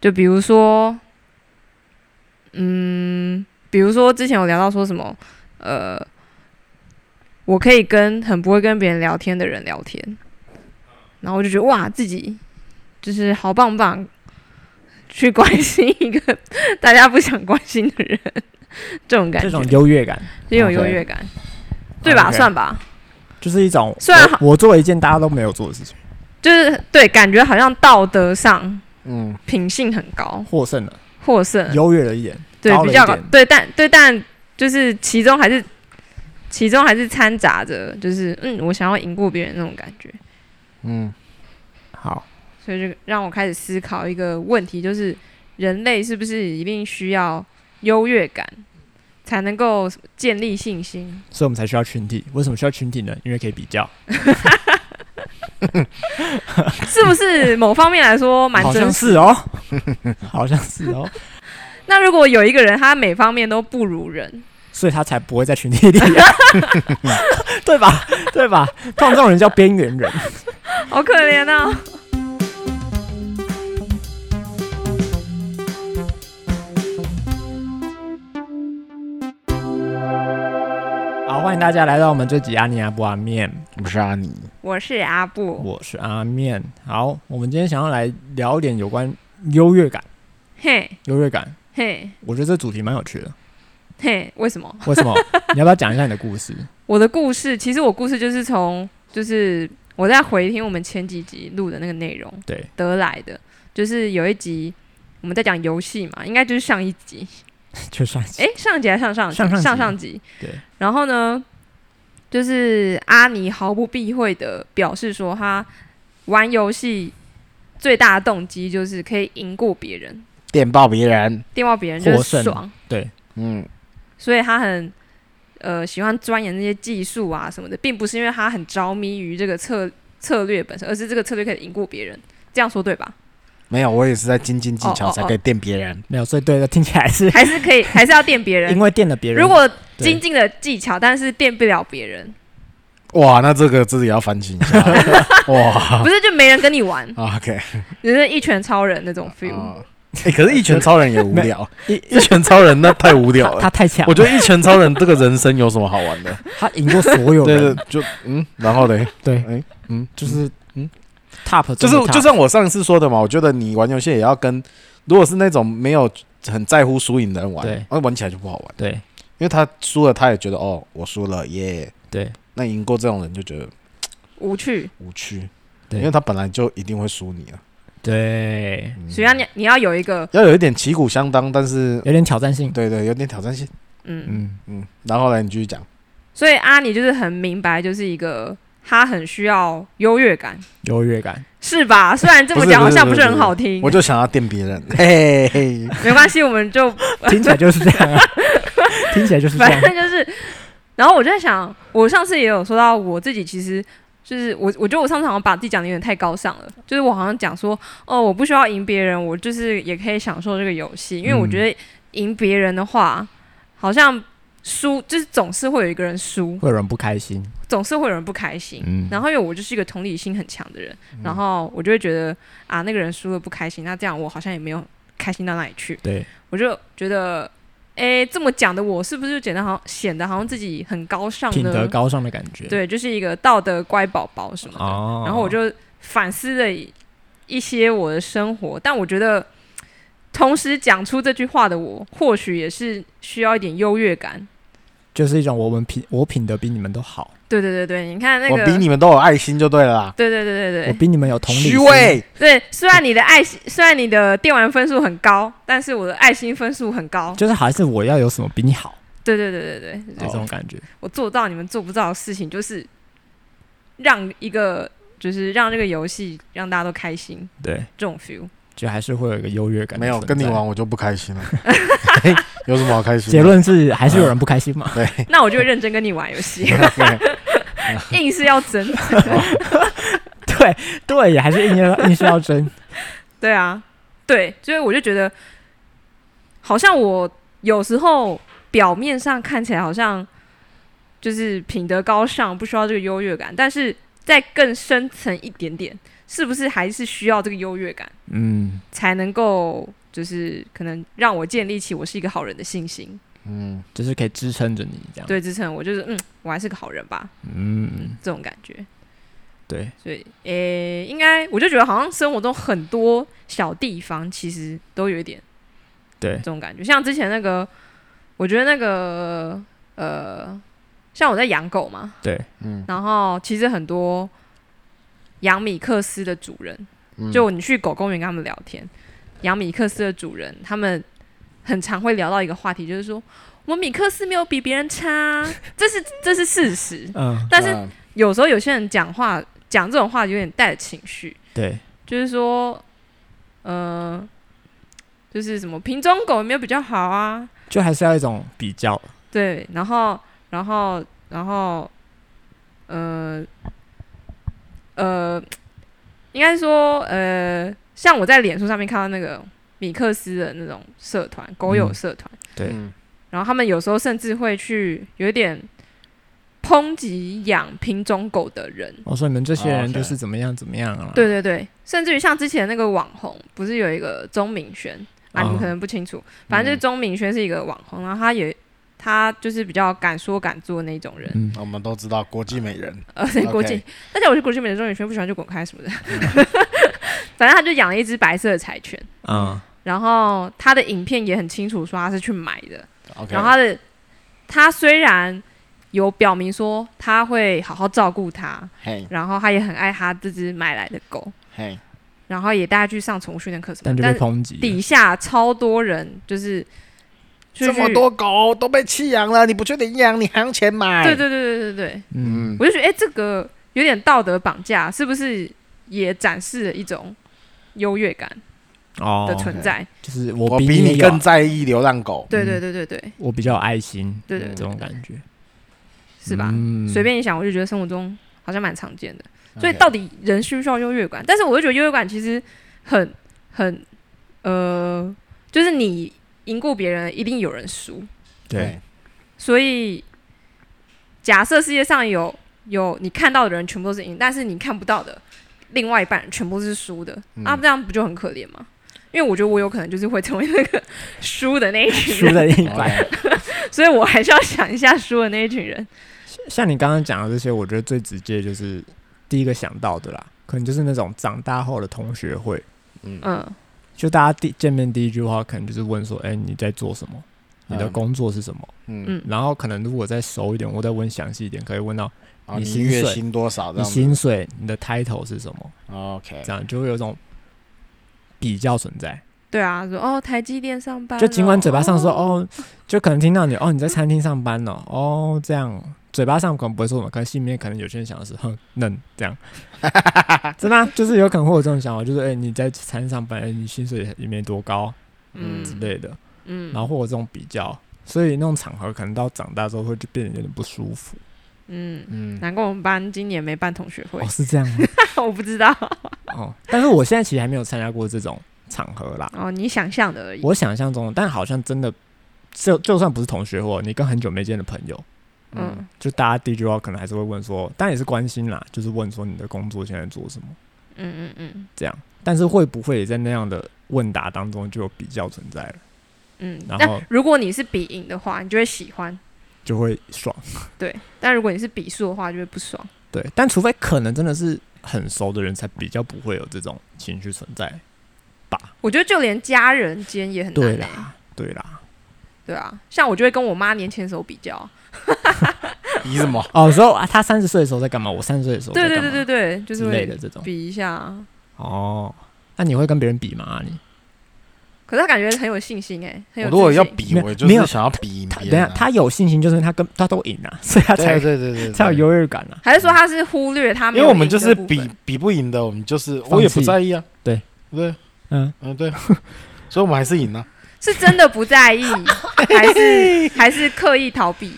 就比如说，嗯，比如说之前有聊到说什么，呃，我可以跟很不会跟别人聊天的人聊天，然后我就觉得哇，自己就是好棒棒，去关心一个大家不想关心的人，这种感这觉，种优越感也有优越感，对吧？ OK 算吧，就是一种，虽然好我我做一件大家都没有做的事情，就是对，感觉好像道德上嗯，品性很高，获胜了，获胜，优越了一点，对高，了比一较高点对，但对，但就是其中还是其中还是掺杂着，就是嗯，我想要赢过别人那种感觉，嗯，好，所以就让我开始思考一个问题，就是人类是不是一定需要优越感才能够建立信心？所以我们才需要群体。为什么需要群体呢？因为可以比较，是不是某方面来说蛮好像真实？是哦， 好像是哦，那如果有一个人他每方面都不如人，所以他才不会在群体里、 啊，对吧？对吧？通常这种人叫边缘人。好可怜哦。 好，欢迎大家来到我们这集阿尼阿布阿面，我是啊阿尼，我是阿布，我是阿面。好，我们今天想要来聊一点有关优越感，嘿优越感。嘿我觉得这主题蛮有趣的，嘿，为什么？为什么？你要不要讲一下你的故事？我的故事，其实我故事就是从就是我在回听我们前几集录的那个内容对，得来的，就是有一集我们在讲游戏嘛，应该就是上一集，就上一集诶，上一集还是上上集上上集上上集，对。然后呢，就是阿尼毫不避讳的表示说，他玩游戏最大的动机就是可以赢过别人，电报别人，电话别人就获是胜爽，对，嗯，所以他很呃喜欢钻研这些技术啊什么的，并不是因为他很着迷于这个策策略本身，而是这个策略可以赢过别人。这样说对吧？没有，我也是在精进技哦哦巧哦才可以电别人。没有，所以对的，听起来 是还是可以， 还是要垫别人因。为电了 别人。如果对精进的技巧，但是垫不了别人，哇，那这个自己要反省一下。哇不是就没人跟你玩， ，OK，就是一拳超人那种 feel。哦哎，可是一拳超人也无没聊，一一拳超人那太无聊他了。他太强我，觉得一拳超人这个人生有什么好玩的？他赢过所有对人对，，就嗯，然后嘞，对，哎，嗯，就嗯是嗯嗯，top 就中的 top 是就像我上次说的嘛，我觉得你玩游戏也要跟，如果是那种没有很在乎输赢的人玩对，那玩起来就不好玩，对因为他输了，他也觉得哦，我输了耶。对，那赢过这种人就觉得无趣。无趣，对因为他本来就一定会输你啊。嗯对，所以要你你要有一个要有一点旗鼓相当，但是有点挑战性，对对，有点挑战性。嗯，嗯，嗯，然后来你继续讲，所以阿尼就是很明白，就是一个他很需要优越感，优越感，是吧？虽然这么不是讲好不是像不不是是很不是好听我，就想要电 别人，嘿嘿，没关系，我们就听起来就是这样啊，听起来就是 这反样，正就是，然后我就在想，我上次也有说到我自己，其实就是我，我觉得我上次好像把自己讲的有点太高尚了，就是我好像讲说，哦，我不需要赢别人，我就是也可以享受这个游戏，因为我觉嗯得赢别人的话，好像输就是总是会有一个人输，会有人不开心，总是会有人不开心。嗯，然后因为我就是一个同理心很强的人，然后我就会觉得啊，那个人输了不开心，那这样我好像也没有开心到哪里去。对，我就觉得，哎、这么讲的我是不是就显得好像显得好像自己很高尚品德呢？高尚的感觉，，对，就是一个道德乖宝宝什么的。哦，然后我就反思了一一些我的生活，但我觉得，同时讲出这句话的我，或许也是需要一点优越感。就是一种我们品我品德比你们都好，对对对对，你看那我个，比你们都有爱心就对了啦。对对对对对我比你们有同理虚心，伪，对，虽然你的爱心，虽然你的电玩分数很高，但是我的爱心分数很高。就是还是我要有什么比你好，对对对对对，这种感觉，我做到你们做不到的事情，就是让一个就是让这个游戏让大家都开心对，这种 feel。就还是会有一个优越感，没有跟你玩。我就不开心 了，嘿有什么好开心的？结论是还是有人不开心 嘛？那我就会认真跟你玩游 戏， OK，硬是要争。对对，也还是硬要硬是要争，对啊，对，所以我就觉得，好像我有时候表面上看起来好像就是品德高尚，不需要这个优越感，但是再更深层一点点，是不是还是需要这个优越感，嗯才能够就是可能让我建立起我是一个好人的信心，嗯，就是可以支撑着你这样。，对，支撑我就是嗯，我还是个好人吧，嗯，这种感觉。对，所以，诶、应该我就觉得好像生活中很多小地方其实都有一点对这，种感觉。像之前那个，我觉得那个呃，像我在养狗嘛，对，嗯，然后其实很多养米克斯的主人，嗯就你去狗公园跟他们聊天，养米克斯的主人他们很常会聊到一个话题，就是说我米克斯没有比别人差，啊这是这是事实。嗯，但是嗯有时候有些人讲话讲这种话有点带着情绪，对，就是说，呃，就是什么品种狗有没有比较好啊？就还是要一种比较，对，然后，然后，然后，呃，呃，应该说，呃，像我在脸书上面看到那个米克斯的那种社团，狗友嗯社团，对嗯然后他们有时候甚至会去有一点抨击养品种狗的人，我说你们这些哦人就是，OK 是怎么样怎么样啊？对，对对，甚至于像之前那个网红，不是有一个钟明轩啊，你们哦嗯可能不清楚，反正就是钟明轩是一个网红，然后他也他就是比较敢说敢做那种 人，嗯，我们都知道国际美人，呃，对，国际 OK，但是我是国际美的钟明轩，不喜欢就滚开什么的， 反正他就养了一只白色的柴犬，啊，然后他的影片也很清楚说他是去买的， OK，然后他的他虽然有表明说他会好好照顾它，嘿然后他也很爱他这只买来的狗。嘿，然后也带他去上宠物训练课什么但的，就但被是抨击了，底下超多人，就是这么，多狗都被弃养了，你不确定养，你还用钱买？就是去对对对对对对，嗯，嗯，我就觉得哎、诶这个有点道德绑架，是不是也展示了一种优越感哦的，存在？就是我我比你你有更，在意流浪狗，对对对对对，我比较有爱心，对对对嗯这种感觉是吧？嗯随便一想，我就觉得生活中好像蛮常见的。所以 OK 到底人需不需要优越感？但是我就觉得优越感其实很很呃，就是你赢过别人，一定有人输。对，所以，假设世界上有有你看到的人全部都是赢，但是你看不到的另外一半全部是输的，嗯啊，这样不就很可怜吗？因为我觉得我有可能就是会成为那个 输的那一群输人，了一，OK， 百。所以我还是要想一下输的那一群人。像你刚刚讲的这些，我觉得最直接就是第一个想到的啦，可能就是那种长大后的同学会，嗯嗯，就大家第见面第一句话可能就是问说，哎、你在做什么？你的嗯工作是什么？嗯，然后可能如果再熟一点，我再问详细一点，可以问到哦你你薪月水薪多少？你这样子哦薪水、你的 title 是什么， ，OK，这样就会有一种比较存在。对啊，说哦，台积电上班哦，就尽管嘴巴上说哦，就可能听到你哦你在餐厅上班哦，哦这样，嘴巴上可能不会说什么，可能心里面可能有些人想的是哼嫩这 样，真的啊、就是有可能会有这种想法，就是哎、你在餐厅上班，哎你薪水也没多高嗯之类的，嗯，然后会有这种比较，所以那种场合可能到长大之后会就变得有点不舒服。嗯，嗯难怪我们班今年没办同学会哦，，是这样吗？ 我不知道 哦，但是我现在其实还没有参加过这种场合啦，哦，你想象的而已。我想象中的，但好像真的。就就算不是同学或你跟很久没见的朋友，嗯，就大家第一句话可能还是会问说，当然也是关心啦，就是问说你的工作现在做什么嗯嗯嗯这样，但是会不会也在那样的问答当中就有比较存在了，嗯，然那后如果你是比赢的话，你就会喜欢。就会爽，对，但如果你是比数的话，就会不爽。对，但除非可能真的是很熟的人才比较不会有这种情绪存在，我觉得就连家人间也很难、欸。对啦，对啦，对啊，像我就会跟我妈年轻的时候比较。比什么？哦，说啊，他三十岁的时候在干嘛，我三十岁的时候在对干对嘛，对对对，对，就是之类的会这种，比一下。哦，那你会跟别人比吗？你可是他感觉很有信心哎、很我有。如果要，比，没有我就没有是想要比赢他别等一人下啊。他有信心，就是他跟他都赢啊，所以他才对对对对，才有对优越感啊，还是说他是忽略他没因有为我们赢的就是部比分比不赢的，我们就是放我也不弃在意啊，对不对？嗯，嗯对， 所以我们还是赢了。啊是真的不在 意，还是还是刻意逃 避？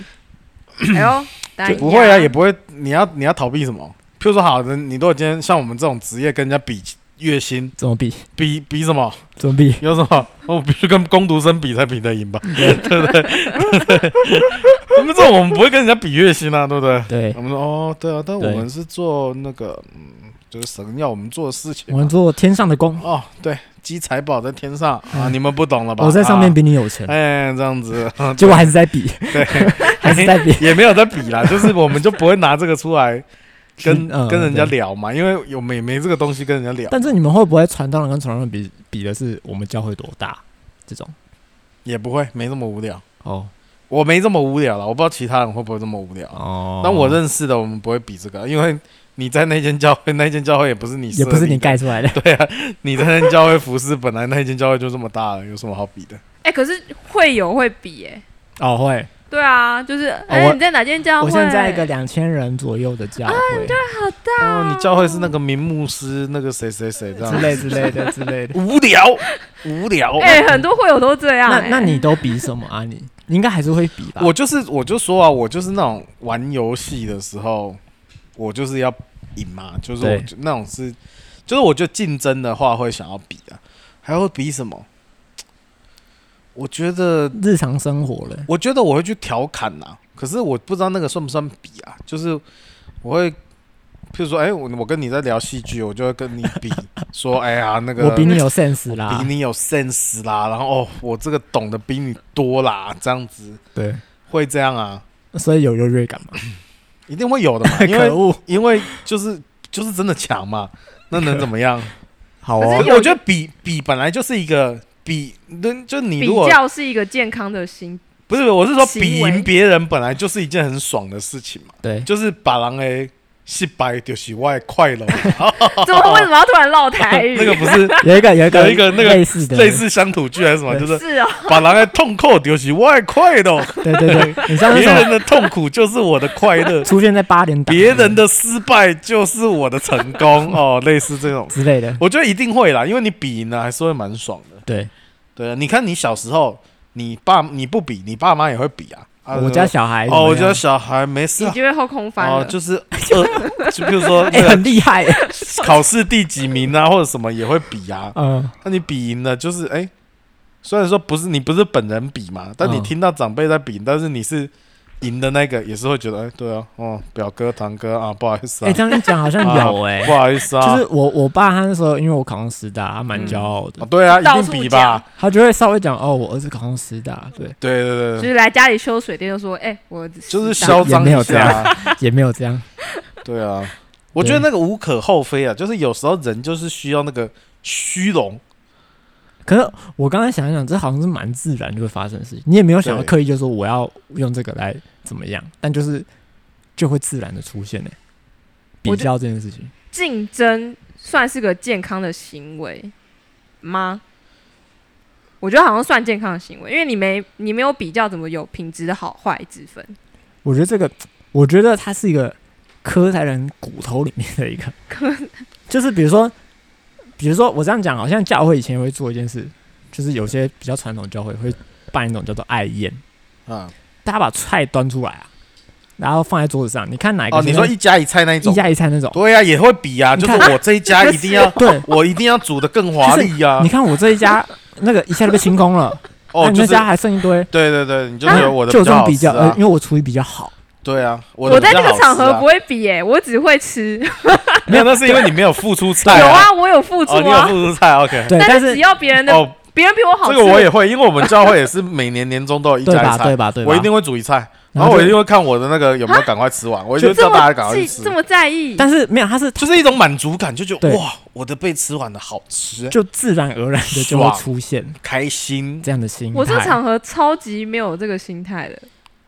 哎呦，当然不会啊，也不会。你要你要逃避什么？譬如说，好的，你如果今天像我们这种职业跟人家比月薪，怎么比？比比什么？怎么比？有什么？我必须跟工读生比才比得赢吧， 对不对？对我们这种我们不会跟人家比月薪啊，对不对？对我们说哦，对啊，但我对们是做那个嗯就是神要我们做的事情我嘛。们做天上的光，哦，对，积财宝在天上啊，嗯你们不懂了吧？我在上面啊比你有钱，哎，这样子结果还是在比，对，。还是在比 也没有在比啦，就是我们就不会拿这个出来跟嗯嗯跟人家对聊嘛，因为我们也没这个东西跟人家聊，但是你们会不会传道人跟传道人比比的是我们教会多大这种？也不会没这么无聊。哦我没这么无聊了，我不知道其他人会不会这么无聊。哦，但我认识的，我们不会比这个，因为你在那间教会，那 间教会也不是你也不设是立你的，盖出来的，对啊，你在那间教会服侍，本来那间教会就这么大了，有什么好比的？哎、可是会有会比哎、哦会。对啊，就是哎、哦我你在哪间教会？啊我现在在一个两千人左右的教会，好大、哦，你教会是那个名牧师，那个谁谁谁这样啊之类之类的之类的。无聊，无聊。 哎、很多会友都这样、那哎那你都比什么啊？你你应该还是会比吧？我就是我就说啊，我就是那种玩游戏的时候，我就是要赢嘛，就是我对就那种是，就是我就竞争的话会想要比啊，还会比什么？我觉得，日常生活了，我觉得我会去调侃呐、可是我不知道那个算不算比啊，就是我会。譬如说，哎、我我跟你在聊戏剧，我就会跟你 比，说，哎呀，那个我比你有啊 sense 啦比。你有 sense 啦，然后哦，我这个懂得比你多啦，这样子对，会这样啊，所以有优越感 嘛？一定会有的 嘛，因可为恶，因为就是就是真的 强嘛，那能怎么样？好可哦是，有我觉得比比本来就是一个比，那就你如比果较是一个健康的心，不是我是说比行为赢别人本来就是一件很爽的事情嘛，对，就是把狼诶失败就是外快乐， 怎么为什么要突然绕台语？那个不是有一个有一个有一个那个类似的类，似乡土剧还是什么，就是是 哦，把狼诶痛苦就是 外快乐。对对对， 你像那别人种，的痛苦就是我的快乐 出现在八点档，别人的失败就是我的成功哦，类似这种，之类的，我觉得一定会啦，因为你比赢了还是会蛮爽的。对对啊，你看你小时候，你爸你不比，你爸妈也会比啊。啊我家小孩怎么哦，样，我家小孩没事你啊、就会后空翻了。哦，就是呃， 就比如说那哎个很厉害， 考试第几名啊，或者什么也会比啊。嗯，那你比赢了，就是哎、虽然说不是你不是本人比嘛，但你嗯听到长辈在比，但是你是赢的那个，也是会觉得哎、对啊，哦，表哥堂哥啊，不好意思啊，哎，这样一讲好 像有哎不，好意思啊，就是我我爸他那时候因为我考上师大，他蛮骄傲的啊，，对啊，到一定处比讲吧，他就会稍微讲哦，我儿子考上师大，对，对对对就对，是来家里修水电，就说：“哎、我就是小嚣张也没一有这下啊，也没有这样，对啊，我觉得那个无可厚非啊，就是有时候人就是需要那个虚荣，可是我刚才想一想，这好像是蛮自然就会发生的事情，你也没有想要刻意就说我要用这个来怎么样，但就是就会自然的出现呢、欸比我就较这件事情，竞争算是个健康的行为吗？我觉得好像算健康的行为，因为你没你没有比较，怎么有品质的好坏之分？我觉得这个，我觉得它是一个科台人骨头里面的一个，就是比如说，比如说我这样讲，好像教会以前也会做一件事，就是有些比较传统教会会办一种叫做爱宴，啊，大家把菜端出来啊，然后放在桌子上，你看哪一个哦，哎是你那说种？一家一菜那一种一，家一菜那种，对啊，也会比啊，你就看是 我这一家一定要，对，我一定要煮的更华丽呀你，看我这一 家那个一下就被清空了，啊哦，你就们是家还剩一堆，对对对，你就觉得我的就有比这较种好比吃较，呃啊因，为我厨艺比较好，对啊，我我的在比较这个好场吃合啊不会比、哎，我只会 吃。没有，那是因为你没有付出 菜，有啊，我有付出哦，你有啊，付出菜，OK，对，但是只是要别人的，哦，别人比我好这吃，个我也会，因为我们教会也是每年年终都有一对家吧一菜对，吧对吧，我一定会煮一菜，然然后后我就一定会看我的那个有没有赶快吃完，我一定就会叫这大么家赶快自去己吃这。么在意。但是没有，它是就是一种满足感，就觉得对哇，我的被吃完的好吃，就自然而然的就爽会出现开心。这样的心态。我这个场合超级没有这个心态的，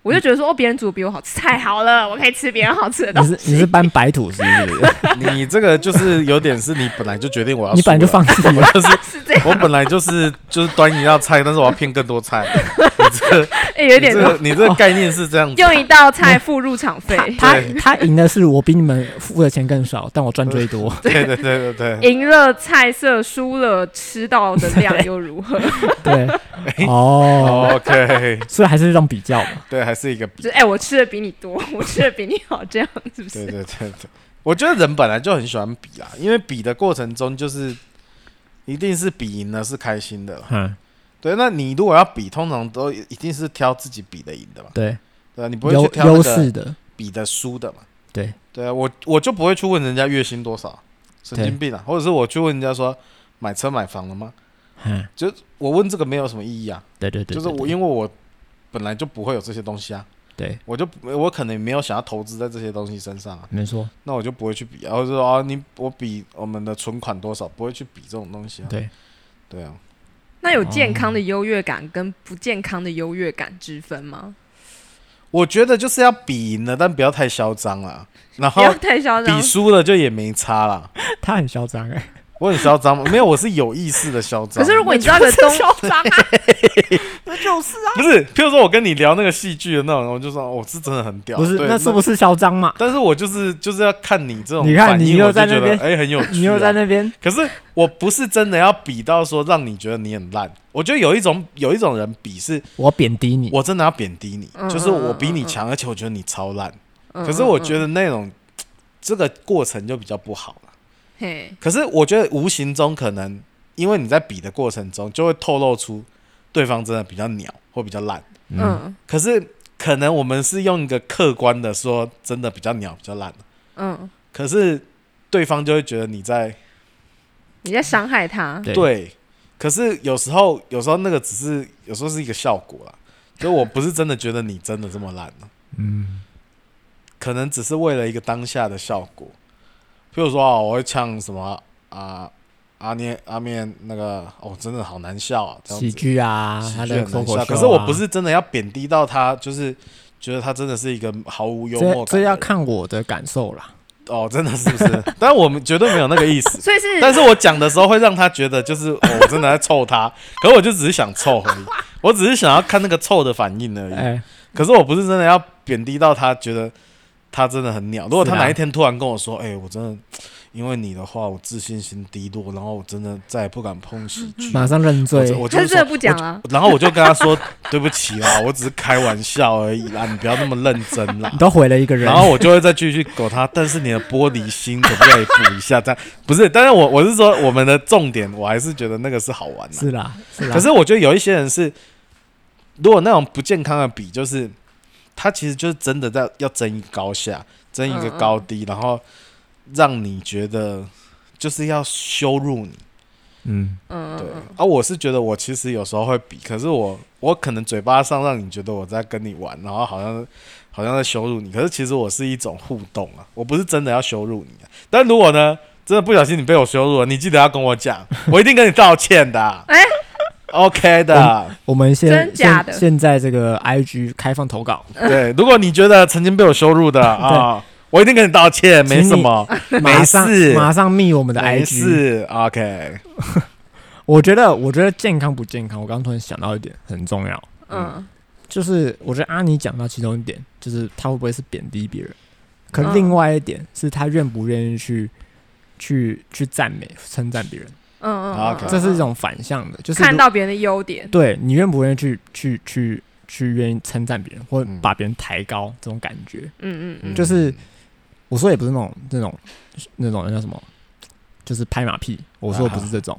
我就觉得说，哦，别人煮比我好吃，太好嗯了，我可以吃别人好吃的 东你西。是你是搬白土 是不是？你这个就是有点是你本来就决定我要，你本来就，放弃 了，就是是这样，我本来就是就是端一道菜，但是我要骗更多菜。你这个哎、有你点这个你这个概念是这样子，用一道菜付入场费，他对他赢的是我比你们付的钱更少，但我赚最 多。对对对对对，赢了菜色，输了吃到的量又如 何？对，哎哦， OK，所以还是让比较嘛。对，还是一个比，就是哎、我吃的比你多， 我吃的比你好，这样是不对是？对对对，我觉得人本来就很喜欢比啦，因为比的过程中就是一定是比赢了是开心的啦，嗯，对，那你如果要比，通常都一定是挑自己比的赢的嘛，对，对啊，你不会优去挑那优个势的，比的输的嘛。对对啊，我我就不会去问人家月薪多少，神经病啊！或者是我去问人家说买车买房了吗？嗯，我问这个没有什么意义啊，对对对，就是我为因为我本来就不会有这些东西啊，对，我就我可能没有想要投资在这些东西身上啊，没错，那我就不会去比啊，或者说啊你我比我们的存款多少，不会去比这种东西啊。 对，对啊，那有健康的优越感跟不健康的优越感之分吗？我觉得就是要比赢了，但不要太嚣张了，然不后要太嚣张哦比，输了就也没差啦。他很嚣张哎，我很嚣张吗？ 没有，我是有意识的嚣张。可是如果你知道一个东嚣 张啊，那就是啊，不是，譬如说我跟你聊那个戏剧的那种，我就说我、哦、是真的很屌。不是，对那是不是嚣张嘛？但是我就是就是要看你这种反应，你看你又我就在那觉得边哎、很有趣、啊。你又在那边，可是我不是真的要比到说让你觉得你很烂。我觉得有一种有一种人比是，我贬低你，我真的要贬低你，嗯就是我比你强，而且我觉得你超烂。嗯可是我觉嗯得那种这个过程就比较不好了。嗯嘿，可是我觉得无形中可能因为你在比的过程中，就会透露出对方真的比较鸟或比较烂。嗯，嗯可是可能我们是用一个客观的说，真的比较鸟比较烂，嗯，可是对方就会觉得你在你在伤害他，对嗯对，可是有时候，有时候那个只是有时候是一个效果啦，就我不是真的觉得你真的这么烂、啊， 嗯，可能只是为了一个当下的效果。譬如说啊，我会呛什么啊阿念阿面那个，哦，真的好难笑啊，这样子喜剧啊，喜他剧的很脱口秀难笑。啊，可是我不是真的要贬低到他，就是觉得他真的是一个毫无幽默这感的这人。要看我的感受啦，哦，真的是不是？但我们绝对没有那个意思。所以 是但是我讲的时候会让他觉得就是、哦我真的在臭他， 可我就只是想臭而已，我只是想要看那个臭的反应而已。哎，可是我不是真的要贬低到他觉得他真的很鸟。如果他是啊哪一天突然跟我啊说，哎、我真的因为你的话，我自信心低落，然后我真的再也不敢碰喜剧，马上认我罪就，我嗯他就是说真的不讲啊，然后我就跟他说对不起啦，我只是开玩笑而已啦，你不要那么认真啦你。都毁了一个人然，后我就会再继续狗他，但是你的玻璃心可不可以补一下？这样不是，但是我我是说我们的重点，我还是觉得那个是好玩的。是啊啦，是啦，可是我觉得有一些人是，如果那种不健康的比，就是他其实就是真的在要争一个高下，争一个嗯嗯高低，然后让你觉得就是要羞辱你。嗯，嗯对嗯嗯，啊，我是觉得我其实有时候会比，可是我我可能嘴巴上让你觉得我在跟你玩，然后好像好像在羞辱你，可是其实我是一种互动啊，我不是真的要羞辱你、啊。但如果呢，真的不小心你被我羞辱了，你记得要跟我讲，我一定跟你道歉的啊。哎 OK 的，我们现真假的现现在这个 IG 开放投 稿，对，如果你觉得曾经被我羞辱的啊，我一定跟你道歉，没什么，没马上事，马上密我们的没 IG。事，OK，我觉得，我觉得健康不健康，我刚突然想到一点很重要，嗯就是我觉得阿尼讲到其中一点，就是他会不会是贬低别人，可嗯另外一点是他愿不愿意去去去赞美称赞别人，嗯嗯好嗯，OK 嗯，这是一种反向的，就是看如到别人的优点，对你愿不愿意去去去去愿意称赞别人，或嗯把别人抬高这种感觉。嗯嗯嗯，就是我说也不是那种那种那种那叫什么，就是拍马屁。我啊说的不是这种，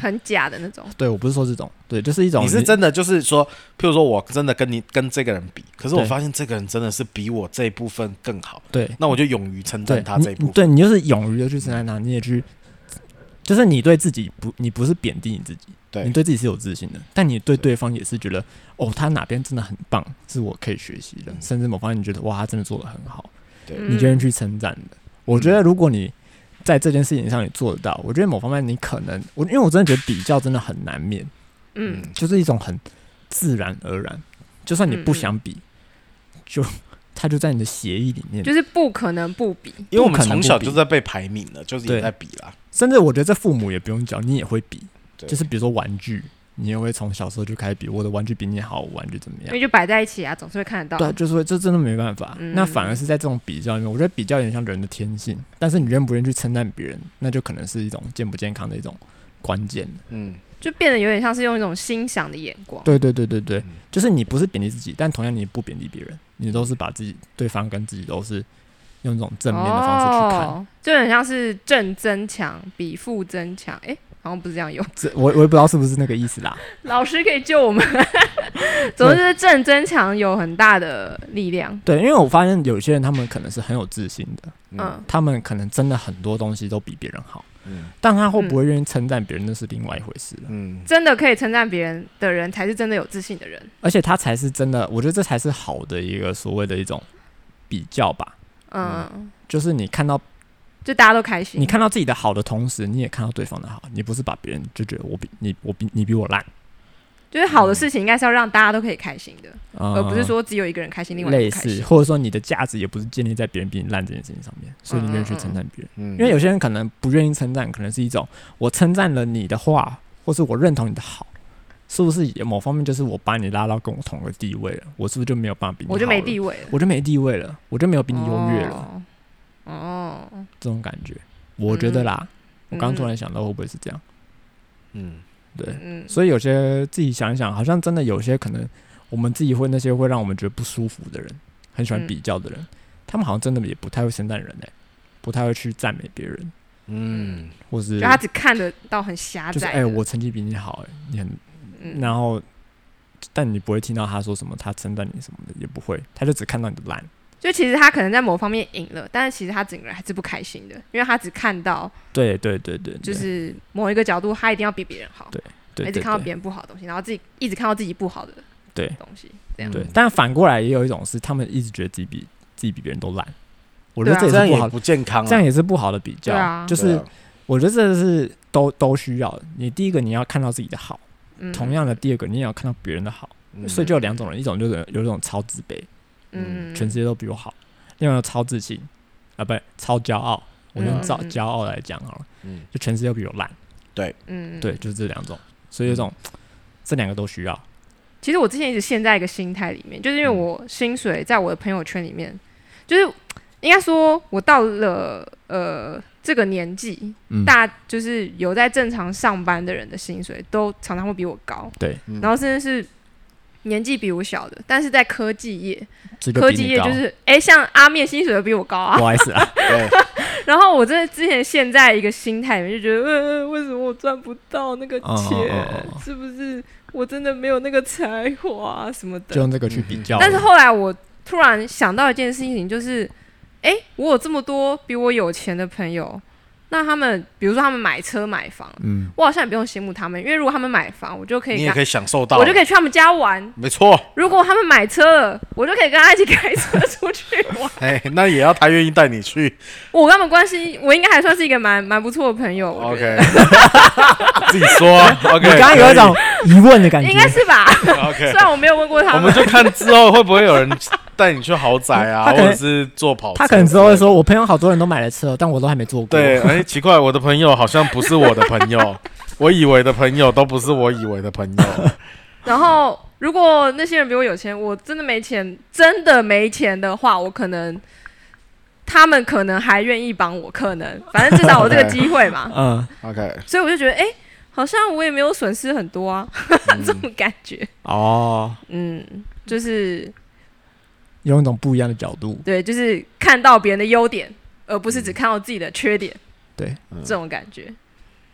很假的那种，对我不是说这种，对，就是一种你是真的就是说，譬如说我真的跟你跟这个人比，可是我对发现这个人真的是比我这一部分更好，对那我就勇于称对赞他这一你部你分。对你就是勇于的去承担他，你也去，就是你对自己不，你不是贬低你自己，对你对自己是有自信的，但你对对对方也是觉得，哦，他哪边真的很棒，是我可以学习的，嗯甚至某方面你觉得哇，他真的做的很好，对嗯你就会去称赞的。我觉得嗯如果你在这件事情上你做得到，我觉得某方面你可能，我因为我真的觉得比较真的很难免，嗯，就是一种很自然而然，就算你嗯不想比，就 它就在你的协议里面，就是不可能不比，因为我们不可能从不小比就在被排名了，就是对也在比啦。甚至我觉得这父母也不用教，你也会比，对就是比如说玩具，你也会从小时候就开始比，我的玩具比你好，我玩具怎么因样为？就摆在一起啊，总是会看得对，到，就是会这真的没办法。嗯那反而是在这种比较里面，我觉得比较有点像人的天性，但是你愿不愿意去称赞别人，那就可能是一种健不健康的一种关键。嗯，就变得有点像是用一种欣赏的眼光，对对对对对嗯，就是你不是贬低自己，但同样你也不贬低别人，你都是把自己对方跟自己都是哦用一种正面的方式去看。哦、就很像是正增强比负增强，哎、好像不是这样用。 这我我也不知道是不是那个意思啦。老师可以救我们。 总之，正增强有很大的力量。对，因为我发现有些人他们可能是很有自信的，嗯，他们可能真的很多东西都比别人好，嗯但他会不会愿意称赞别人，那是另外一回事了。嗯真的可以称赞别人的人，才是真的有自信的人。而且他才是真的，我觉得这才是好的一个所谓的一种比较吧，嗯，就是你看到就大家都开心。你看到自己的好的同时，你也看到对方的好，你不是把别人就觉得我比你我比你比我烂，就是好的事情，应该是要让大家都可以开心的，呃而不是说只有一个人开心，另外一个类不开似，心。或者说你的价值也不是建立在别人比你烂这件事情上面，所以你愿意去称赞别人。嗯，因为有些人可能不愿意称赞，可能是一种我称赞了你的话，或是我认同你的好，是不是有某方面就是我把你拉到跟我同个地位了？我是不是就没有办法比你我就没好了地，位了，我就没地位了，我就没有比你优越了、哦。哦，这种感觉，我觉得啦，我刚突嗯然想到会不会是这样？嗯对，嗯，所以有些自己想一想，好像真的有些可能我们自己会那些会让我们觉得不舒服的人，很喜欢嗯比较的人，他们好像真的也不太会称赞人哎、不太会去赞美别人，嗯或是就他只看得到很狭就是窄哎、啊的。我成绩比你好、哎，你很，嗯然后，但你不会听到他说什么，他称赞你什么的也不会，他就只看到你的烂，就其实他可能在某方面赢了，但是其实他整个人还是不开心的，因为他只看到对对对对，对就是某一个角度，他一定要比别人好，对一直对看到对别人不好的东西，然后自己一直看到自己不好的对东西，这样人对，但反过来也有一种是他们一直觉得自己比自己比别人都烂，我觉得对这啊也是这不样也好，不健康啊，这样也是不好的比较，对啊就对是啊我觉得这是都都需要的，你第一个你要看到自己的好，嗯同样的第二个你也要看到别人的好，嗯所以就有两种人，一种就是有一种超自卑，嗯，全世界都比我好，另外一种超自信啊，不超骄傲，我用嗯骄嗯骄傲来讲好了。嗯就全世界都比我烂，嗯，对，就是这两种，所以这种这两个都需要，其实我之前一直陷在一个心态里面，就是因为嗯我薪水在我的朋友圈里面，就是应该说，我到了呃这个年纪，嗯大就是有在正常上班的人的薪水都常常会比我高，对，嗯然后甚至是年纪比我小的，但是在科技业，这就科比技你业高就，是哎、像阿面薪水都比我高啊 不，好意思啊，对，然后我真的之前陷在一个心态里面，就觉得，呃，为什么我赚不到那个哦哦钱？哦哦是不是我真的没有那个才华、啊、什么就的？用这个去比较，但是后来我突然想到一件事情，就是，哎，我有这么多比我有钱的朋友，那他们，比如说他们买车买房， 嗯，我好像也不用羡慕他们，因为如果他们买房，我就 可以你跟也他，可以享受到，我就可以去他们家玩；没错，如果他们买车了，我就可以跟他一起开车出去 玩。哎，那也要他愿意带你去我跟他们关系，我应该还算是一个蛮蛮不错的朋友。我觉得，OK，自己说，OK， 你刚刚有一种疑问的感觉应，该是 吧？ OK，虽然我没有问过我他们们，就看之后会不会有人 带你去豪宅啊，他或可能者是坐跑车之类他的，可能之后会说，我朋友好多人都买了车，但我都还没做过，对， 哎，奇怪，我的朋友好像不是我的朋友， 我以为的朋友都不是我以为的朋 友。 然后如果那些人比我有钱，我真的没钱，真的没钱的话，我可能他们可能还愿意帮我，可 能反正至少我这个机会嘛，嗯， OK，所以我就觉得，哎、好像我也没有损失很多啊， 这种感觉，哦，嗯，就是用一种不一样的角度，对，就是看到别人的优点，而不是只看到自己的缺点，对嗯这种感觉。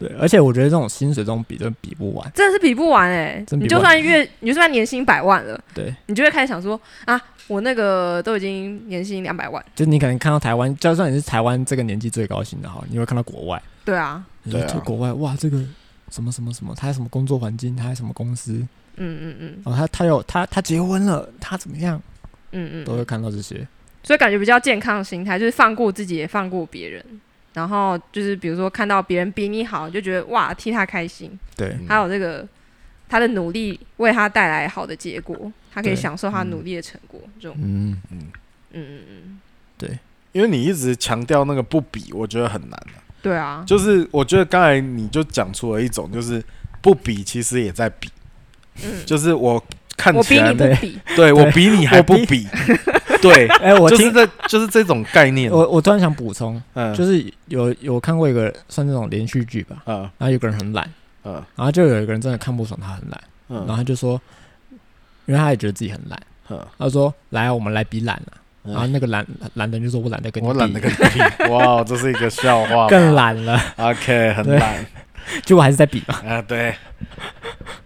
对，而且我觉得这种薪水这种比真的比不完，真的是比不完哎、真你比不就完算月，你就算年薪百万了，对，你就会开始想说啊，我那个都已经年薪两百万，就你可能看到台湾，就算你是台湾这个年纪最高薪的哈，你会看到国外。对啊，你说对啊去国外哇，这个什么什么什么，他什么工作环境，他什么公司，嗯嗯嗯哦，他他有他他结婚了，他怎么样，嗯嗯都会嗯，看到这些。所以感觉比较健康的心态就是放过自己，也放过别人。然后就是比如说看到别人比你好，你就觉得哇替他开心，对嗯还有这个他的努力为他带来好的结果，他可以对享受他嗯努力的成果。这种嗯，嗯嗯嗯，因为你一直强调那个不比，我觉得很难、啊、对啊，就是我觉得刚才你就讲出了一种，就是不比其实也在比，嗯，就是我看我起比来你不对比，对我比你还不 我比，对，哎、我就是听，这就是这种概念。我我突然想补充，嗯，就是有有看过一个算这种连续剧吧，嗯然后有个人很懒，嗯然后就有一个人真的看不爽他很懒，然后嗯他就说，因为他也觉得自己很懒，嗯，他就说来我们来比懒啊，嗯然后那个懒懒的人就说我懒得跟你我懒比 得跟你比，哇，这是一个笑话吧，更懒了， OK，很对懒，结果还是在比嘛。啊，对，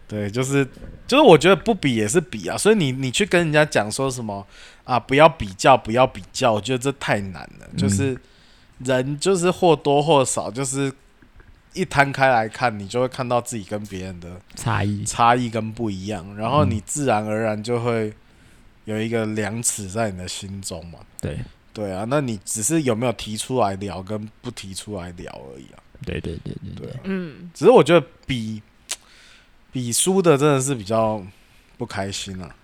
对，就是就是，我觉得不比也是比啊，所以你你去跟人家讲说什么啊，不要比较，不要比较，我觉得这太难了。嗯就是人就是或多或少，就是一摊开来看，你就会看到自己跟别人的差异，差异跟不一样，然后你嗯自然而然就会有一个量尺在你的心中嘛。对，对啊，那你只是有没有提出来聊，跟不提出来聊而已啊。对对对对对啊，欸嗯，只是我觉得比比输的真的是比较不开心 啊。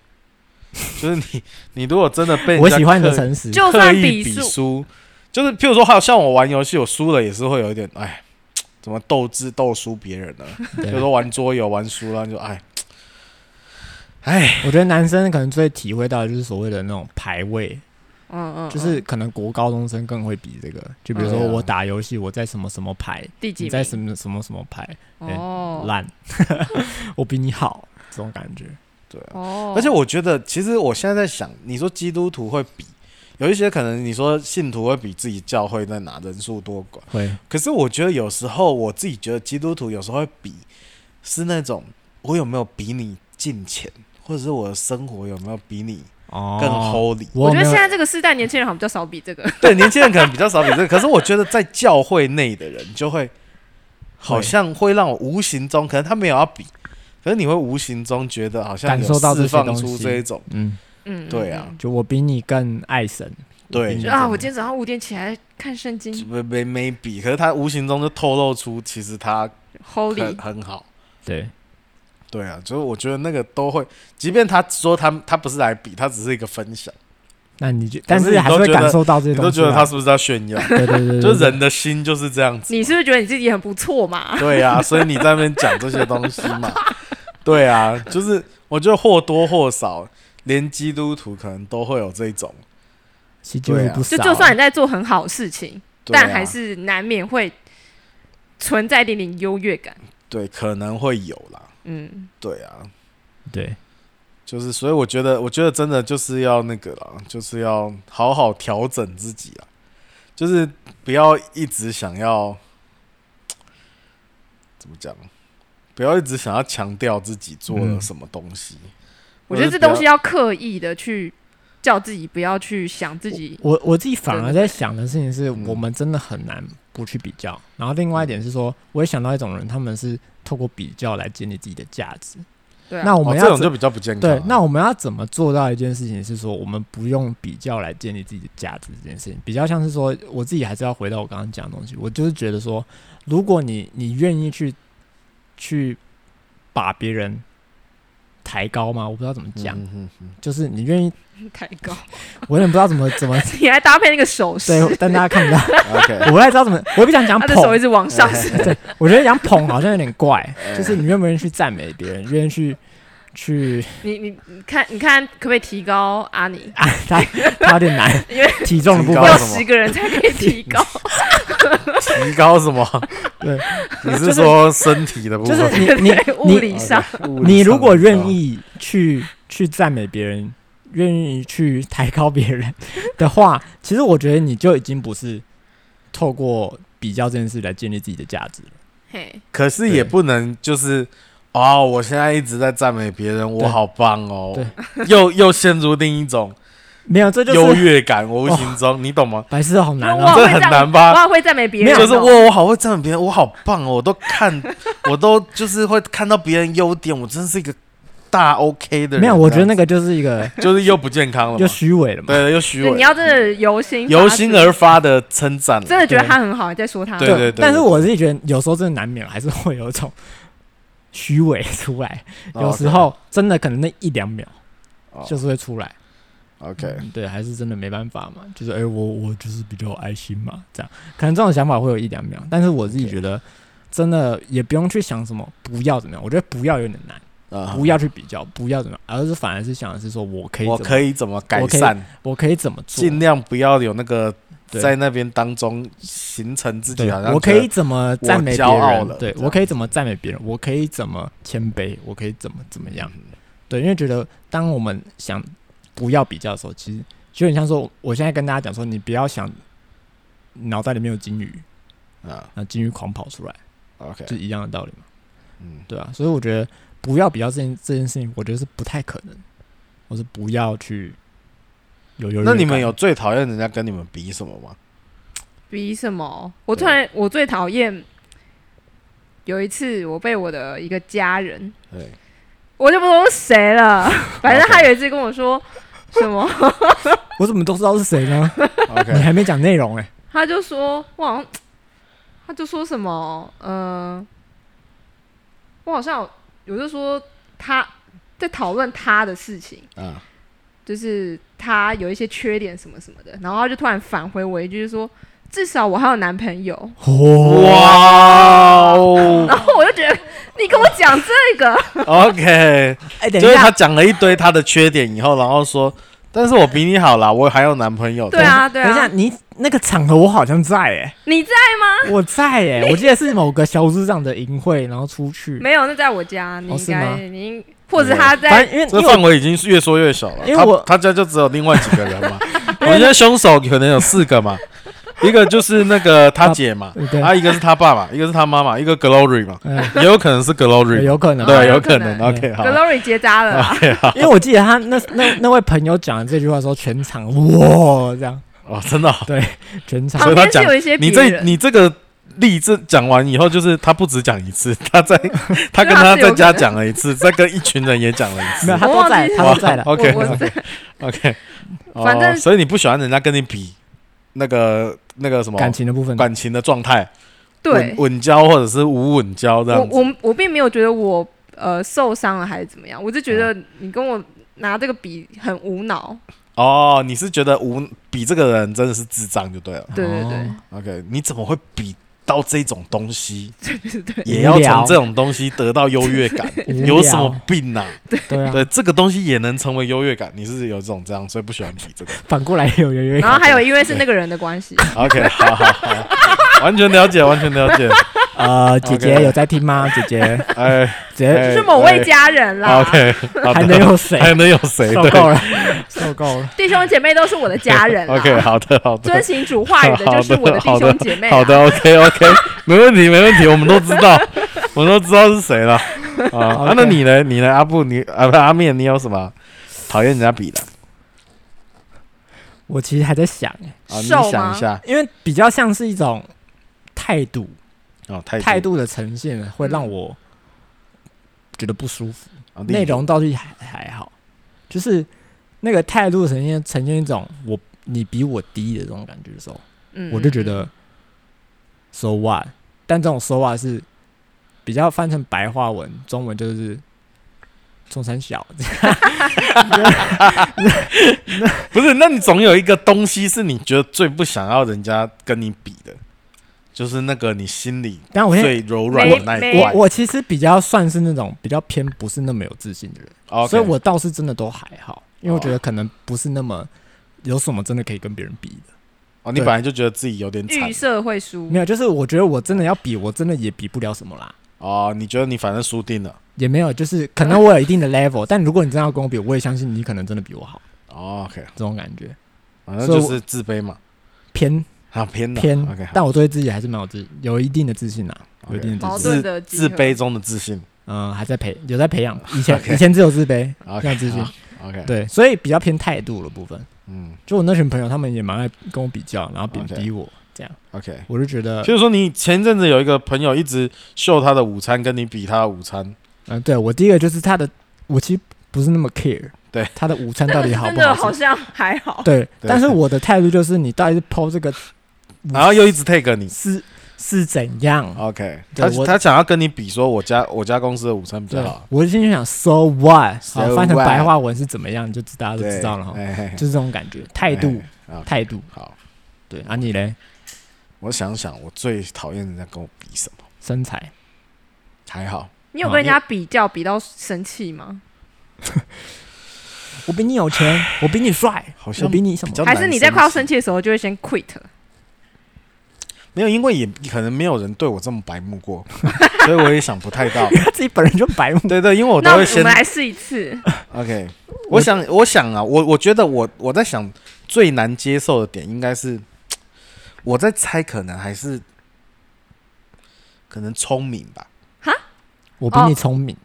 就是你，你如果真的被人我家喜欢你的刻诚实，就刻算意比比数输，就是譬如说，好像我玩游戏，我输了也是会有一点，哎，怎么斗智斗输别人呢、 对就说玩桌游玩输了，你就哎，哎，我觉得男生可能最体会到的就是所谓的那种排位，嗯嗯，就是嗯啊可能国高中生更会比这个。就比如说嗯我打游戏，我在什么什么牌，第几你名？在什么什么什么牌，哦烂， 我比你好，这种感觉。对啊。哦，而且我觉得，其实我现在在想，你说基督徒会比，有一些可能你说信徒会比自己教会在哪人数多寡，会，可是我觉得有时候我自己觉得基督徒有时候会比，是那种我有没有比你进钱，或者是我的生活有没有比你哦，更 holy。我我有觉没得有现在这个时代年轻人好像比较少比这个，对，年轻人可能比较少比这个，可是我觉得在教会内的人就会，好像会让我无形中，可能他没有要比，可是你会无形中觉得好像感有受到这释些放东出西这一种，嗯，嗯，对啊嗯，就我比你更爱神。对嗯嗯就啊，我今天早上五点起来看圣经没没没比，可是他无形中就透露出，其实他很，Holy，很好。对对啊，就是我觉得那个都会，即便他说他他不是来比，他只是一个分享，那你就，可但是是还是你都会觉得感受到这你些都东觉西得他啦。是不是在炫耀？ 对对 对，就对人的心就是这样子。你是不是觉得你自己很不错 嘛？对啊，所以你在那边讲这些东西嘛，对啊，就是我觉得或多或少，连基督徒可能都会有这种，其实就对是啊不就少。就算你在做很好的事情，对啊但还是难免会存在一点点优越感。对可能会有啦，嗯，对啊，对，就是所以我觉得，我觉得真的就是要那个啦，就是要好好调整自己啊，就是不要一直想要怎么讲，不要一直想要强调自己做了嗯什么东西。我觉得这东西要刻意的去叫自己不要去想自己，我我自己反而在想的事情是嗯我们真的很难不去比较。然后另外一点是嗯说，我也想到一种人，他们是透过比较来建立自己的价值。对啊那我哦们这要种就怎比较不健康啊、对，那我们要怎么做到一件事情是说，我们不用比较来建立自己的价值这件事情，比较像是说，我自己还是要回到我刚刚讲的东西，我就是觉得说，如果你你愿意去去把别人抬高吗？我不知道怎么讲，嗯哼哼 就是你愿意，太高，我有点不知道怎么 怎么。你还搭配那个手势，对，但大家看不到， OK，我不太知道怎么，我也不想讲他的手一捧，直往上升。我觉得讲捧好像有点怪， 就是你愿不愿意去赞美别人，愿意去去， 你你你看，你看可不可以提高阿 尼？啊，他他有点难因为，体重的部提高分要什么十个人才可以提高，哎提高什么？ 对，你是说身体的部就分？哦是对你你物理上， OK，你如果哦啊愿意去去赞美别人，愿意去抬高别 人的话，其实我觉得你就已经不是透过比较这件事来建立自己的价值了。嘿，可是也不能就是哦，我现在一直在赞美别人，我对好棒哦， 又又陷入另一种没有，这就优是越感，我无形中，你 懂吗？白痴好难因为哦。我这也会很赞难吧我也会赞美别人哦，就是我，我好会赞美别人，我好棒哦，我都看， 我都就是会看到别人优点，我真是一个大 OK 的人。没有，我觉得这那样个就是一个子 就是又不健康了就嘛，虚伪了嘛。对，又虚就伪你，要真的由心发由自心而发的称赞了，真的觉得他很好，你在说他。对就对对但是对我自己觉得有时候真的难免还是会有一种虚伪出来，哦有时候真的可能那一两秒哦就是会出来。 OK，嗯对，还是真的没办法嘛，就是哎、我我就是比较有爱心嘛，这样可能这种想法会有一两秒，但是我自己 OK 觉得真的也不用去想什么不要怎么样，我觉得不要有点难，啊不要去比较，不要怎么样，而是反而是想的是说我可以我怎么，可以怎么改我可以善？我可以怎么做，尽量不要有那个对在那边当中形成自己对好像我可以觉怎么赞美别骄傲人了，对这样我可以怎么赞美别人，我可以怎么谦卑，我可以怎么怎么得样，对，因为觉得当我们想不要比较的时候，其实就很像说，我现在跟大家讲说，你不要想脑袋里面有金鱼。嗯啊那金鱼狂跑出来， OK，就一样的道理嘛，嗯，对啊，所以我觉得不要比较这件这件事情，我觉得是不太可能，我是不要去有有。那你们有最讨厌人家跟你们比什么吗？比什么？我突然，我最讨厌有一次我被我的一个家人，对，我就不说是谁了，反正他有一次跟我说什么，我怎么都知道是谁呢？ OK， 你还没讲内容哎、 他就说我好像，他就说什么，呃，我好像有我就说他在讨论他的事情，啊，就是他有一些缺点什么什么的，然后他就突然返回我一句说。至少我还有男朋友，哦哦哇哦 然后我就觉得你跟我讲这个， ，OK，哎、等就是他，讲了一堆他的缺点以后，然后说，但是我比你好啦，我还有男朋友。对啊，对等一下，啊，你那个场合我好像在哎、 你在吗？我在哎、我记得是某个小组长的营会，然后出去，没有，那在我家，你哦应是吗该，你应或者他反在，正因为这因个为范围已经越缩越小了，因为我他他家就只有另外几个 人嘛。我觉得凶手可能有四个嘛，一个就是那个他姐嘛，我对，啊，一个是他爸 嘛，一个是他妈妈，一个 Glory 嘛，嗯也有可能是 Glory，有可能，哦对，有可可能。能 OK，好啊 Glory 啊结扎了 啦， ，OK，好，因为我记得他那那那位朋友讲了这句话的时候，全场哇这样，哦，真的哦，全场所以旁边他是讲有一些别你这人，你这个例证讲完以后，就是他不止讲一次， 他在他跟对他啊是有在家可能讲了一次， 再跟一群人也讲了一没次有，。他我都忘在，记他都在了。我 OK 我是 OK，哦反正所以你不喜欢人家跟你比那个那个什么感情的部分，哦感情的状态，对稳稳交或者是无稳交这我样子。我我并没有觉得我呃受伤了还是怎么样，我就觉得你跟我拿这个比很无脑，哦，你是觉得无比这个人真的是智障就对了。对对对哦， OK，你怎么会比到这种东西， 对对对，也要无聊从这种东西得到优 越感？无有什么聊病啊？对啊，对，这个东西也能成为优越感，你是有这种这样，所以不喜欢比这个。反过来也有有 有，然后还有因为是那个人的关系， OK，好好好，完全了解，完全了解。呃，姐姐啊 OK 有在听吗？姐 姐，哎姐姐 哎是某位家人啦， ，OK，好还能的，有谁？还能有谁？受对够了， 受够了。弟兄姐妹都是我的家人啦 OK，好的，好遵的，行主话语的就是我的弟兄姐啊妹啦，啊好的，OK，OK，没问题，没问题，我们都知道，我们都知道是谁了。 啊，啊 OK 那你呢？你呢？阿布，你啊，不是阿面，你有什么讨厌人家比的我其实还在想，啊？你瘦想吗一下因为比较像是一种态度，哦，态态度度的呈现会让嗯我觉得不舒服。啊例内如容倒是还还好，就是那个态度呈现呈现一种我你比我低的这种感觉的时候，嗯我就觉得 so what，但这种 so what 是比较翻成白话文，中文就是中山小，不是，那你总有一个东西是你觉得最不想要人家跟你比的，就是那个你心里但我现在最柔软的那一没块我。我其实比较算是那种比较偏不是那么有自信的人哦 OK 哦所以我倒是真的都还好，因为我觉得可能不是那么有什么真的可以跟别人比的，哦，你本来就觉得自己有点惨预设会输没，有，就是我觉得我真的要比，我真的也比不了什么啦。哦，你觉得你反正输定了也没有，就是可能我有一定的 level，但 如果你真的要跟我比，我也相信你可能真的比我好，哦，OK，这种感觉反正所以就我是自卑嘛，偏啊偏了偏 OK，好但我对自己还是蛮有自有一定的自信啦， OK 有一定的矛自信，盾自的集合自卑中的自信嗯，还在培有在培养， 以前 OK 以前只有自卑， ，OK，没有自信，好，OK，，对，所以比较偏态度的部分。嗯就我那群朋友，他们也蛮爱跟我比较，然后贬 OK 低我这样， ，OK。我就觉得，譬如说，你前阵子有一个朋友一直秀他的午餐，跟你比他的午餐，嗯，对我第一个就是他的，我其实不是那么 care，对他的午餐但到是底好 真不的好好吃，像还好，对，对但是我的态度就是你到底是剖这个然后又一直 take 你是是怎样， ，OK，他对我他想要跟你比，说我家我家公司的午餐比较对好，，我心里想，so what？ So 好，翻成 what？白话文是怎么样，你就知大家都对知道了哈，哎嘿嘿就是这种感觉，态度，哎，OK 态度，好，对啊，你嘞，我想想，我最讨厌人家跟我比什么？身材，还好，你有跟人家比较比到生气吗？我比你有钱，我比你帅，好像我比你什么比，较还是你在快要生气？气的时候就会先 quit？没有，因为也可能没有人对我这么白目过， 所以我也想不太到。 他自己本人就白目，对对，因为我那我都会们先来试一次， OK。我想，我想啊，我我觉得我我在想最难接受的点应该是，我在猜，可能还是可能聪明吧。我比你聪明，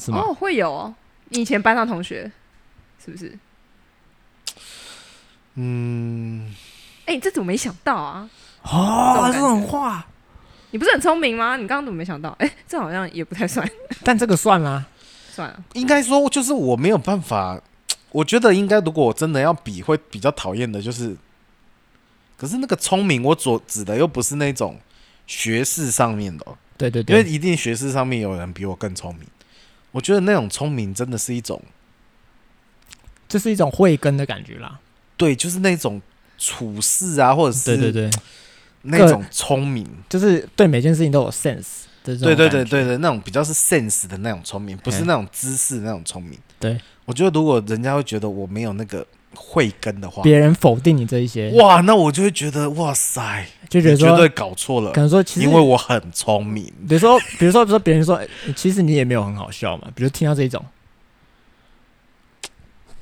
是吗？哦，会有哦。你以前班上同学是不是？嗯，哎、你这怎么没想到啊？哦，这这种种话，你不是很聪明吗？你刚刚怎么没想到？哎、这好像也不太算，但这个算啦。算了。应该说就是我没有办法，我觉得应该如果我真的要比，会比较讨厌的就是，可是那个聪明，我所指的又不是那种学识上面的哦、对对因为对，一定学识上面有人比我更聪明。我觉得那种聪明真的是一种，这是一种慧根的感觉啦。对，就是那种处事啊，或者对对是对，那种聪明，就是对每件事情都有 sense 的这种对对对感觉对对，那种比较是 sense 的那种聪明，不是嘿那种知识那种聪明。对，我觉得如果人家会觉得我没有那个慧根的话，别人否定你这一些，哇，那我就会觉得哇塞，就觉你得绝说，对搞错了可，能说其实因为我很聪明。比如说，比如说，比如说，别人说，欸其实你也没有很好笑嘛。比如听到这一种，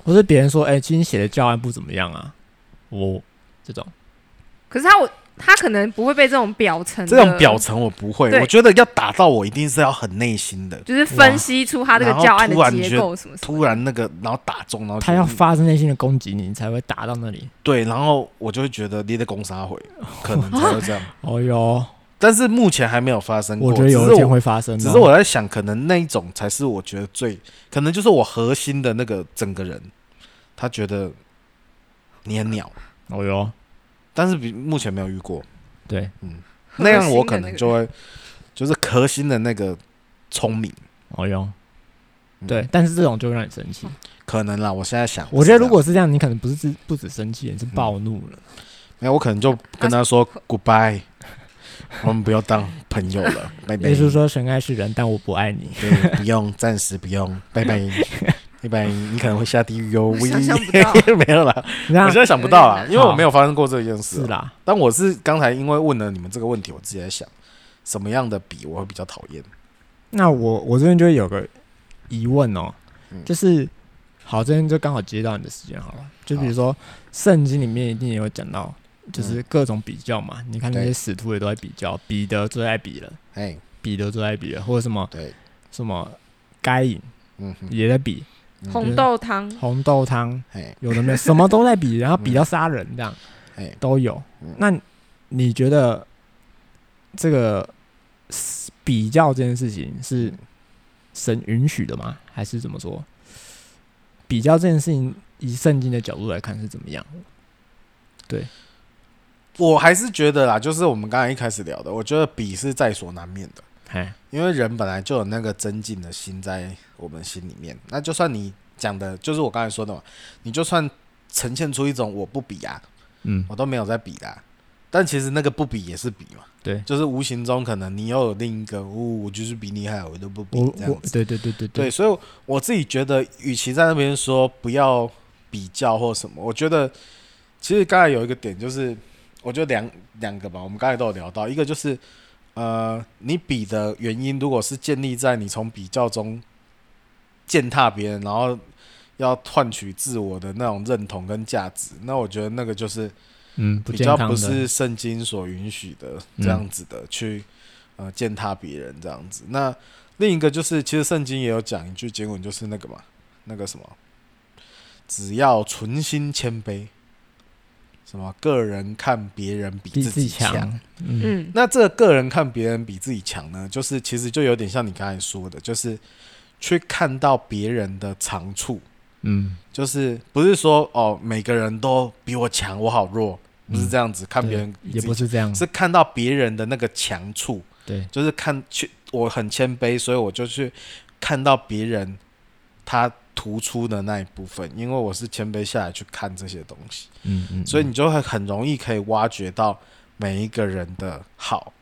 或是别人说，哎、欸，今天写的教案不怎么样啊，我这种，可是他我他可能不会被这种表层的这种表层我不会，对我觉得要打到我一定是要很内心的，就是分析出他这个教案的哇然后突然结觉得构什么什么。突然那个然后打中，然后觉他得要嗯发自内心的攻击你，你才会打到那里。对，然后我就会觉得你的攻杀回，可能才会这样。 哦哟，但是目前还没有发生过，我觉得有一只是天我会发生哦。只是我在想，可能那一种才是我觉得最，可能就是我核心的那个整个人，他觉得你很鸟，哦哟，但是比目前没有遇过，对， 那样我可核心的那能个就会就是核心的那个聪明，哦哟，嗯对，但是这种就会让你生气。可能啦。我现在想是这样，我觉得如果是这样，你可能不是只不止生气，你是暴怒了。没有，我可能就跟他说啊 goodbye，我们不要当朋友了，拜拜耶。稣说：“神爱世人，但我不爱你。对，不用，暂时不用，拜拜，拜拜，你可能会下地狱哦。我喂想象不到啊没有啦，”你我看现，在想不到啦有点，难因为我没有发生过这件事是啊。啦，但我是刚才因为问了你们这个问题，我自己在想，什么样的笔我会比较讨厌？那我我这边就有个疑问哦，嗯就是好，这边就刚好接到你的时间好嗯了。就比如说圣经里面一定也有讲到，就是各种比较嘛。你看那些对使徒也都在比较，彼得最爱比了，哎，彼得最爱比了，或者什么对，什么该隐嗯哼，也在比，红豆汤，红豆汤哎，有的没有， 什么都在比，然后比到杀人这样哎，都有。那你觉得这个比较这件事情是神允许的吗？还是怎么说？比较这件事情，以圣经的角度来看是怎么样？我还是觉得啦，就是我们刚才一开始聊的，我觉得笔是在所难免的。哎，因为人本来就有那个增进的心在我们心里面，那就算你讲的，就是我刚才说的嘛，你就算呈现出一种我不比啊，嗯，我都没有在比啦、但其实那个不比也是比嘛，对就是无形中可能你又有另一个，哦，我就是比你好，我都不比我这我样子。对对对对对，，所以我自己觉得，与其在那边说不要比较或什么，我觉得其实刚才有一个点就是，我觉得两两个吧，我们刚才都有聊到，一个就是呃，你比的原因如果是建立在你从比较中践踏别人，然后要换取自我的那种认同跟价值，那我觉得那个就是嗯，不比健较康不的，是圣经所允许的嗯这样子的、去呃践踏别人这样子。那另一个就是，其实圣经也有讲一句经文，就是那个嘛，那个什么，只要存心谦卑，什么个人看别人比比自自己强。强，嗯，嗯，那这个个人看别人比自己强呢，就是其实就有点像你刚才说的，就是去看到别人的长处，嗯，就是不是说哦每个人都比我强，我好弱，不是这样子、看别人对也自己不是这样，是看到别人的那个强处，对，就是看去我很谦卑，所以我就去看到别人他突出的那一部分，因为我是谦卑下来去看这些东西，嗯嗯，所以你就会很容易可以挖掘到每一个人的好。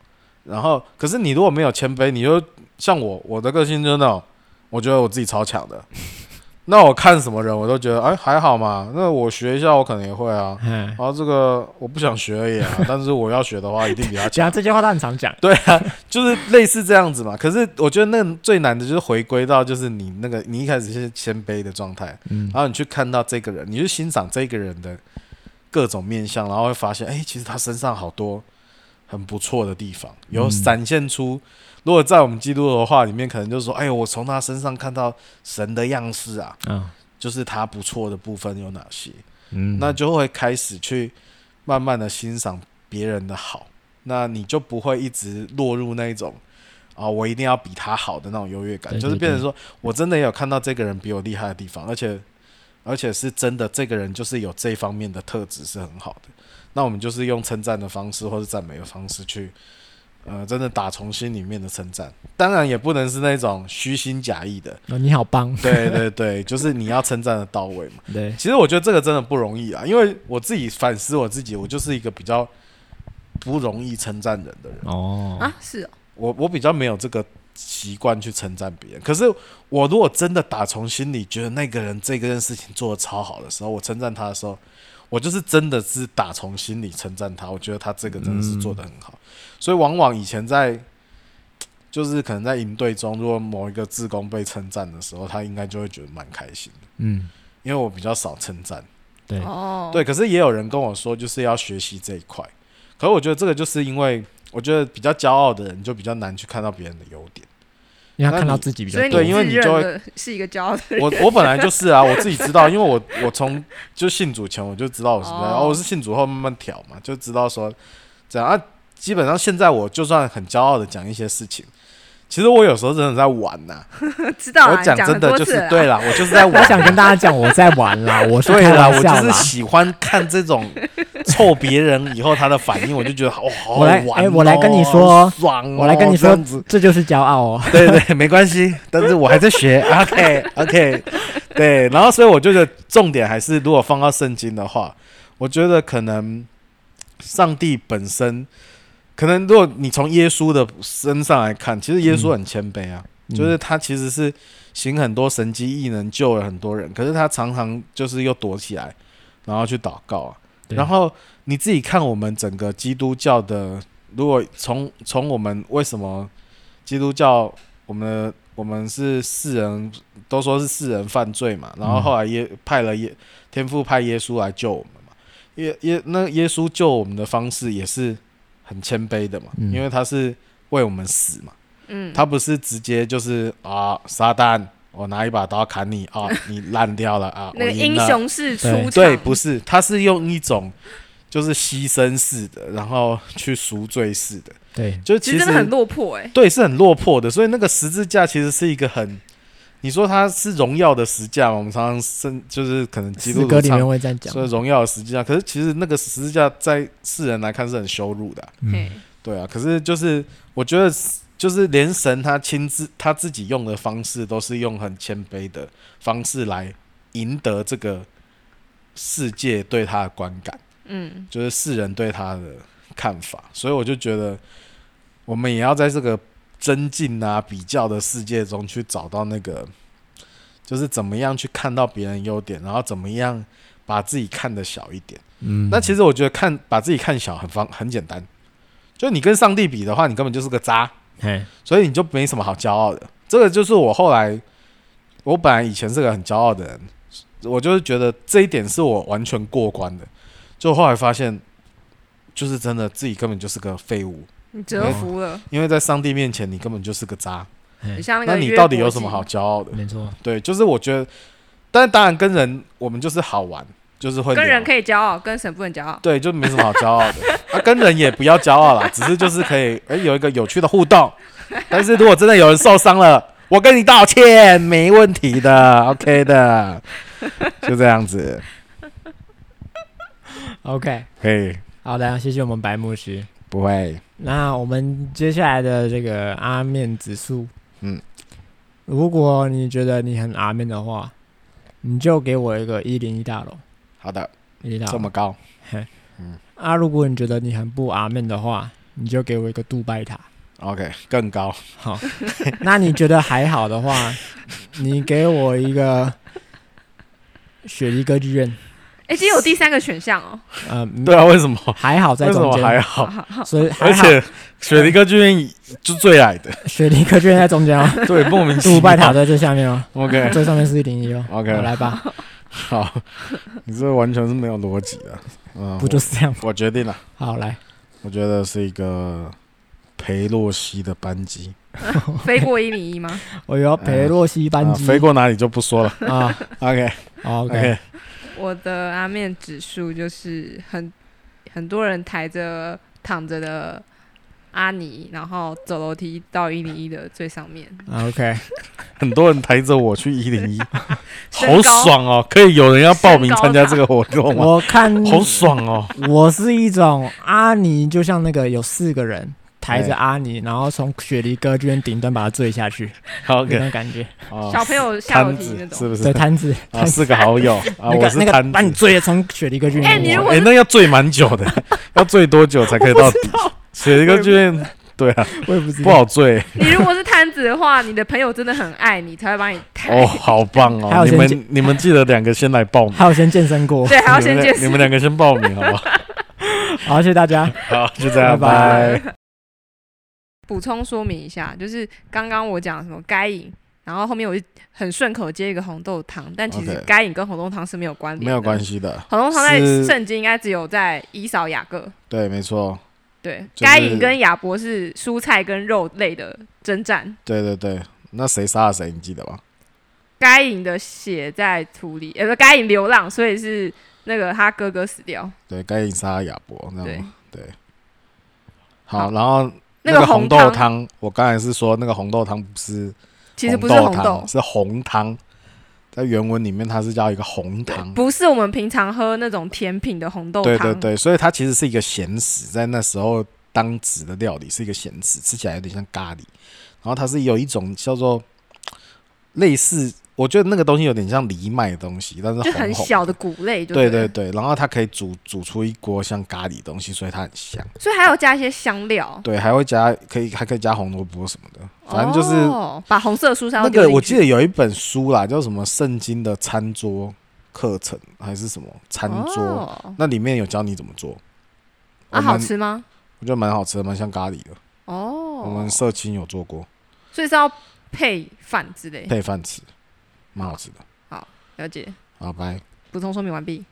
然后，可是你如果没有谦卑，你就像我，我的个性就是那种，我觉得我自己超强的。 那我看什么人，我都觉得哎还好嘛，那我学一下，我可能也会啊。哎然，后这个我不想学而已啊，但是我要学的话，一定比他强讲。这句话他很常讲， 对啊，就是类似这样子嘛。可是我觉得那个最难的就是回归到就是你那个你一开始是谦卑的状态，嗯然后你去看到这个人，你去欣赏这个人的各种面相，然后会发现，哎、其实他身上好多很不错的地方，有闪现出。如果在我们基督徒的话里面，可能就是说，哎呦，我从他身上看到神的样式啊，嗯就是他不错的部分有哪些，嗯，那就会开始去慢慢的欣赏别人的好，那你就不会一直落入那一种啊、我一定要比他好的那种优越感，对就是对变成对说我真的有看到这个人比我厉害的地方，而且而且是真的这个人就是有这方面的特质是很好的，那我们就是用称赞的方式或者赞美的方式去。呃，真的打从心里面的称赞，当然也不能是那种虚心假意 的，哦你好棒，对对对，就是你要称赞的到位嘛。对，其实我觉得这个真的不容易啊，因为我自己反思我自己，我就是一个比较不容易称赞人的人，哦，啊，是哦，我我比较没有这个习惯去称赞别人。可是我如果真的打从心里觉得那个人这件事情做的超好的时候，我称赞他的时候，我就是真的是打从心里称赞他，我觉得他这个真的是做的很好。所以往往以前在就是可能在营队中，如果某一个志工被称赞的时候，他应该就会觉得蛮开心的，嗯，因为我比较少称赞。对，哦，对，，可是也有人跟我说，就是要学习这一块。可是我觉得这个就是因为，我觉得比较骄傲的人就比较难去看到别人的优点。因为他那看到你自己比较所以多对因为自你认就会了是一个骄傲的人， 我我本来就是啊，我自己知道，因为我我从就信主前我就知道我是这样， 哦然后我是信主后慢慢调嘛，就知道说这样啊。基本上现在我就算很骄傲的讲一些事情，其实我有时候真的在玩 呐、知道我啊，讲很真的多就次是了对啦，我就是在 我玩。想跟大家讲，我在玩 啦，我是对开啦，玩我笑就是啦。喜欢看这种臭别人以后他的反应，我就觉得好好好我来玩、哦。哎我来跟你说好爽哦、我来跟你说这样子这就是骄傲哦， 对对，没关系，但是我还在学。OK OK，对，然后所以我觉得重点还是，如果放到圣经的话，我觉得可能上帝本身，可能如果你从耶稣的身上来看，其实耶稣很谦卑啊。就是他其实是行很多神迹异能，救了很多人，可是他常常就是又躲起来，然后去祷告啊。对然后你自己看我们整个基督教的，如果从从我们为什么基督教我们的我们是世人都说是世人犯罪嘛，然后后来耶派了耶天父派耶稣来救我们嘛，耶耶那耶稣救我们的方式也是很谦卑的嘛，嗯因为他是为我们死嘛。嗯，他不是直接就是啊，撒旦，我拿一把刀砍你啊，你烂掉了啊，那我个赢英了。雄式出场，对，不是，他是用一种就是牺牲式的，然后去赎罪式的，对，就是其其实实真的很落魄哎，对，是很落魄的。所以那个十字架其实是一个很，你说它是荣耀的十字架嘛？我们常常甚就是可能基诗督歌徒里面唱会这样讲，说荣耀的十字架，可是其实那个十字架在世人来看是很羞辱的啊、嗯嘿对啊，可是就是我觉得是就是连神他亲自他自己用的方式，都是用很谦卑的方式来赢得这个世界对他的观感，嗯，就是世人对他的看法。所以我就觉得，我们也要在这个增进啊、比较的世界中去找到那个，就是怎么样去看到别人优点，然后怎么样把自己看得小一点。嗯，那其实我觉得看把自己看小很方很简单，就你跟上帝比的话，你根本就是个渣，嘿，所以你就没什么好骄傲的。这个就是我后来，我本来以前是个很骄傲的人，我就是觉得这一点是我完全过关的，就后来发现，就是真的自己根本就是个废物，你折服了，因为在上帝面前你根本就是个渣，嘿你像那个那你约到底伯有什么记好骄傲的？没错，对，就是我觉得，但当然跟人我们就是好玩，就是会跟聊人可以骄傲，跟神不能骄傲。对，就没什么好骄傲的。啊，跟人也不要骄傲啦，只是就是可以哎、有一个有趣的互动。但是如果真的有人受伤了，我跟你道歉，没问题的，OK 的，就这样子。 ，OK，嘿，好的，谢谢我们白牧师。不会，那我们接下来的这个阿面指数，嗯，如果你觉得你很阿面的话，你就给我一个一零一大楼，好的，一零一大这么楼。高，嗯啊，如果你觉得你很不阿面的话，你就给我一个杜拜塔。 OK，更高，好，那你觉得还好的话， 你给我一个雪梨歌剧院，哎，今天有第三个选项 哦，呃，对啊，为什么？还好在为什中么还间，好？所以还而好且雪梨歌剧院就最矮的， 雪梨歌剧院在中 间哦，对，莫名其妙。杜拜塔在最下面 哦， OK，最上面是一零一哦。 OK 好来吧，好，你这完全是没有逻辑的，嗯，不就是这样吗？我我决定了。好，来，我觉得是一个裴洛西的班机，飞过一米一吗？我有裴洛西班哎啊机飞过哪里就不说了。啊 OK ，OK， OK，我的阿面指数就是很很多人抬着躺着的阿尼，然后走楼梯到一零一的最上面。啊 OK，很多人抬着我去一零一，好身高爽哦！可以有人要报名参加这个活动吗？我看哦好爽哦！ 我是一种阿尼，就像那个有四个人抬着阿尼，然后从雪梨歌剧院顶端把它坠下去，好那 OK，种感觉。哦小朋友下楼摊梯那子种，是不是对，？摊子，啊，摊子，四个好友啊，那我个是那摊个把你子。坠的从雪梨歌剧哎院你顶如端。果哎，是那要醉蛮久的， 要醉多久才可 以到底？写一个剧院，对啊，我也不知不道。好醉 你如果是摊子的话，你的朋友真的很爱你，才会帮你抬。哦，好棒还有哦！你先们你们记得两个先来报名，还有先健身 过，对，还要你先们解两你释们。两个先报名，好不好？好，谢谢大家。 好，就这样，拜拜啊拜。补充说明一下，就是刚刚我讲什么该饮，然后后面我就很顺口接一个红豆汤，但其实 OK 该饮跟红豆汤是没有关联，没有关系。系的，红豆汤在是圣经应该只有在以扫雅各，对，没错，对，就是该隐跟亚伯是蔬菜跟肉类的征战。对对对。那谁杀了谁，你记得吧？该隐的血在土里，呃，不，该隐流浪，所以是那个他哥哥死掉。对，该隐杀了亚伯，那对样吗对。好，好然后那个个红红豆汤汤，我刚才是说那个红豆汤不是其实不是豆红汤，豆，是红汤，在原文里面它是叫一个红汤。不是我们平常喝那种甜品的红豆汤。对对对，所以它其实是一个咸食，在那时候当值的料理是一个咸食，吃起来有点像咖喱。然后它是有一种叫做类似，我觉得那个东西有点像藜麦的东西，但是就红红很小的谷类就对对对了，对，然后它可以煮煮出一锅像咖喱的东西，所以它很香。所以还有加一些香料。对，还会加可以还可以加红萝卜什么的，反正就是、哦、把红色蔬菜都那个丢进去我记得有一本书啦，叫什么《圣经的餐桌课程》还是什么餐桌，哦、那里面有教你怎么做。啊，我们好，吃吗？我觉得蛮好吃的，蛮像咖喱的。我哦们，社青有做过，所以是要配饭之类。配饭吃，蛮好吃的。了解，好，拜。补充说明完毕。